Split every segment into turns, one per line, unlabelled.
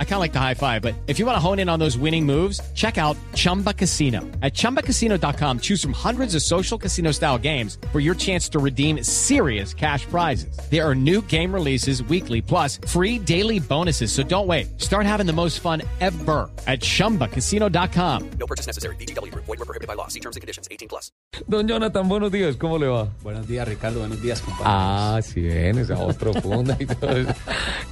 I kind of like the high five, but if you want to hone in on those winning moves, check out Chumba Casino. At chumbacasino.com, choose from hundreds of social casino style games for your chance to redeem serious cash prizes. There are new game releases weekly, plus free daily bonuses. So don't wait. Start having the most fun ever at chumbacasino.com.
No purchase necessary. BGW. Void were prohibited by law. See terms and conditions. 18 plus.
Don Jonathan, buenos días, ¿cómo le va?
Buenos días, Ricardo. Buenos días, compañeros.
Ah, si ven, esa voz profunda y todo eso.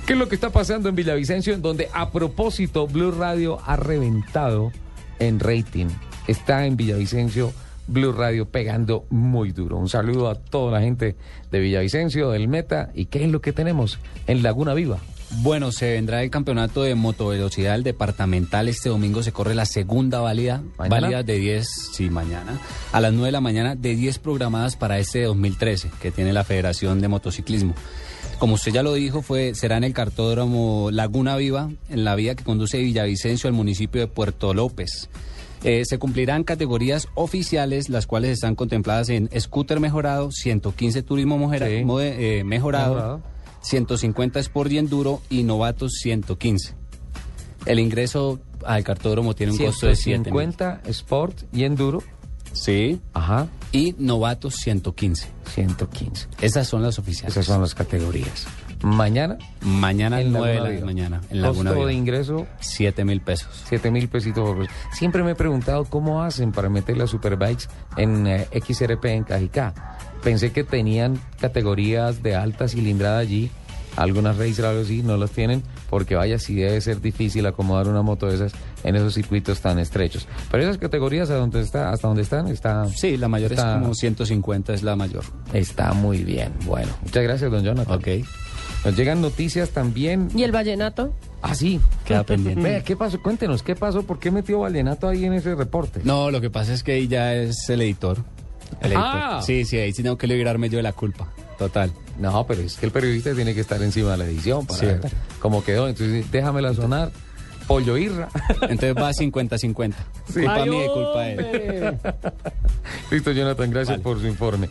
¿Qué es lo que está pasando en Villavicencio? En donde, a propósito, Blue Radio ha reventado en rating. Está en Villavicencio, Blue Radio pegando muy duro. Un saludo a toda la gente de Villavicencio, del Meta. ¿Y qué es lo que tenemos en Laguna Viva?
Bueno, se vendrá el campeonato de motovelocidad el departamental. Este domingo se corre la segunda válida,
¿Mañana?
válida de 10, sí, mañana, a las 9 de la mañana, de 10 programadas para este 2013 que tiene la Federación de Motociclismo. Como usted ya lo dijo, fue, será en el cartódromo Laguna Viva, en la vía que conduce de Villavicencio al municipio de Puerto López. Eh, se cumplirán categorías oficiales, las cuales están contempladas en scooter mejorado, 115 turismo mojera-
Sí.
mode- eh, mejorado,
Mejorado.
150 Sport y Enduro y Novatos 115. El ingreso al cartódromo tiene un costo de 7
50 Sport y Enduro.
Sí.
Ajá,
Y Novatos 115.
115.
Esas son las oficiales.
Esas son las categorías. Mañana,
Mañana
en
9 de
Laguna
la
Viva.
mañana en Laguna
Costo de
Viva.
ingreso
7 mil pesos.
7 mil pesitos por persona. Siempre me he preguntado cómo hacen para meter las superbikes en eh, XRP en Cajicá. Pensé que tenían categorías de alta cilindrada allí. Algunas race algo así, no las tienen, porque vaya, si debe ser difícil acomodar una moto de esas en esos circuitos tan estrechos. Pero esas categorías, ¿a dónde está, ¿hasta dónde están? Está,
Sí, la mayor
está-
es como 150, es la mayor.
Está muy bien. Bueno, muchas gracias, don Jonathan.
Ok.
Nos llegan noticias también.
¿Y el vallenato?
Ah, sí.
Queda pendiente.
Vea, ¿qué pasó? Cuéntenos, ¿qué pasó? ¿Por qué metió Vallenato ahí en ese reporte?
No, lo que pasa es que ahí ya es el editor. El editor.
Ah.
Sí, sí, ahí sí tengo que librarme yo de la culpa. Total.
No, pero es que el periodista tiene que estar encima de la edición para
Sí.
ver cómo quedó. Entonces, déjamela sonar. Pollo Irra.
Entonces va 50-50. Culpa mía y culpa de él.
Listo, Jonathan, gracias por su informe.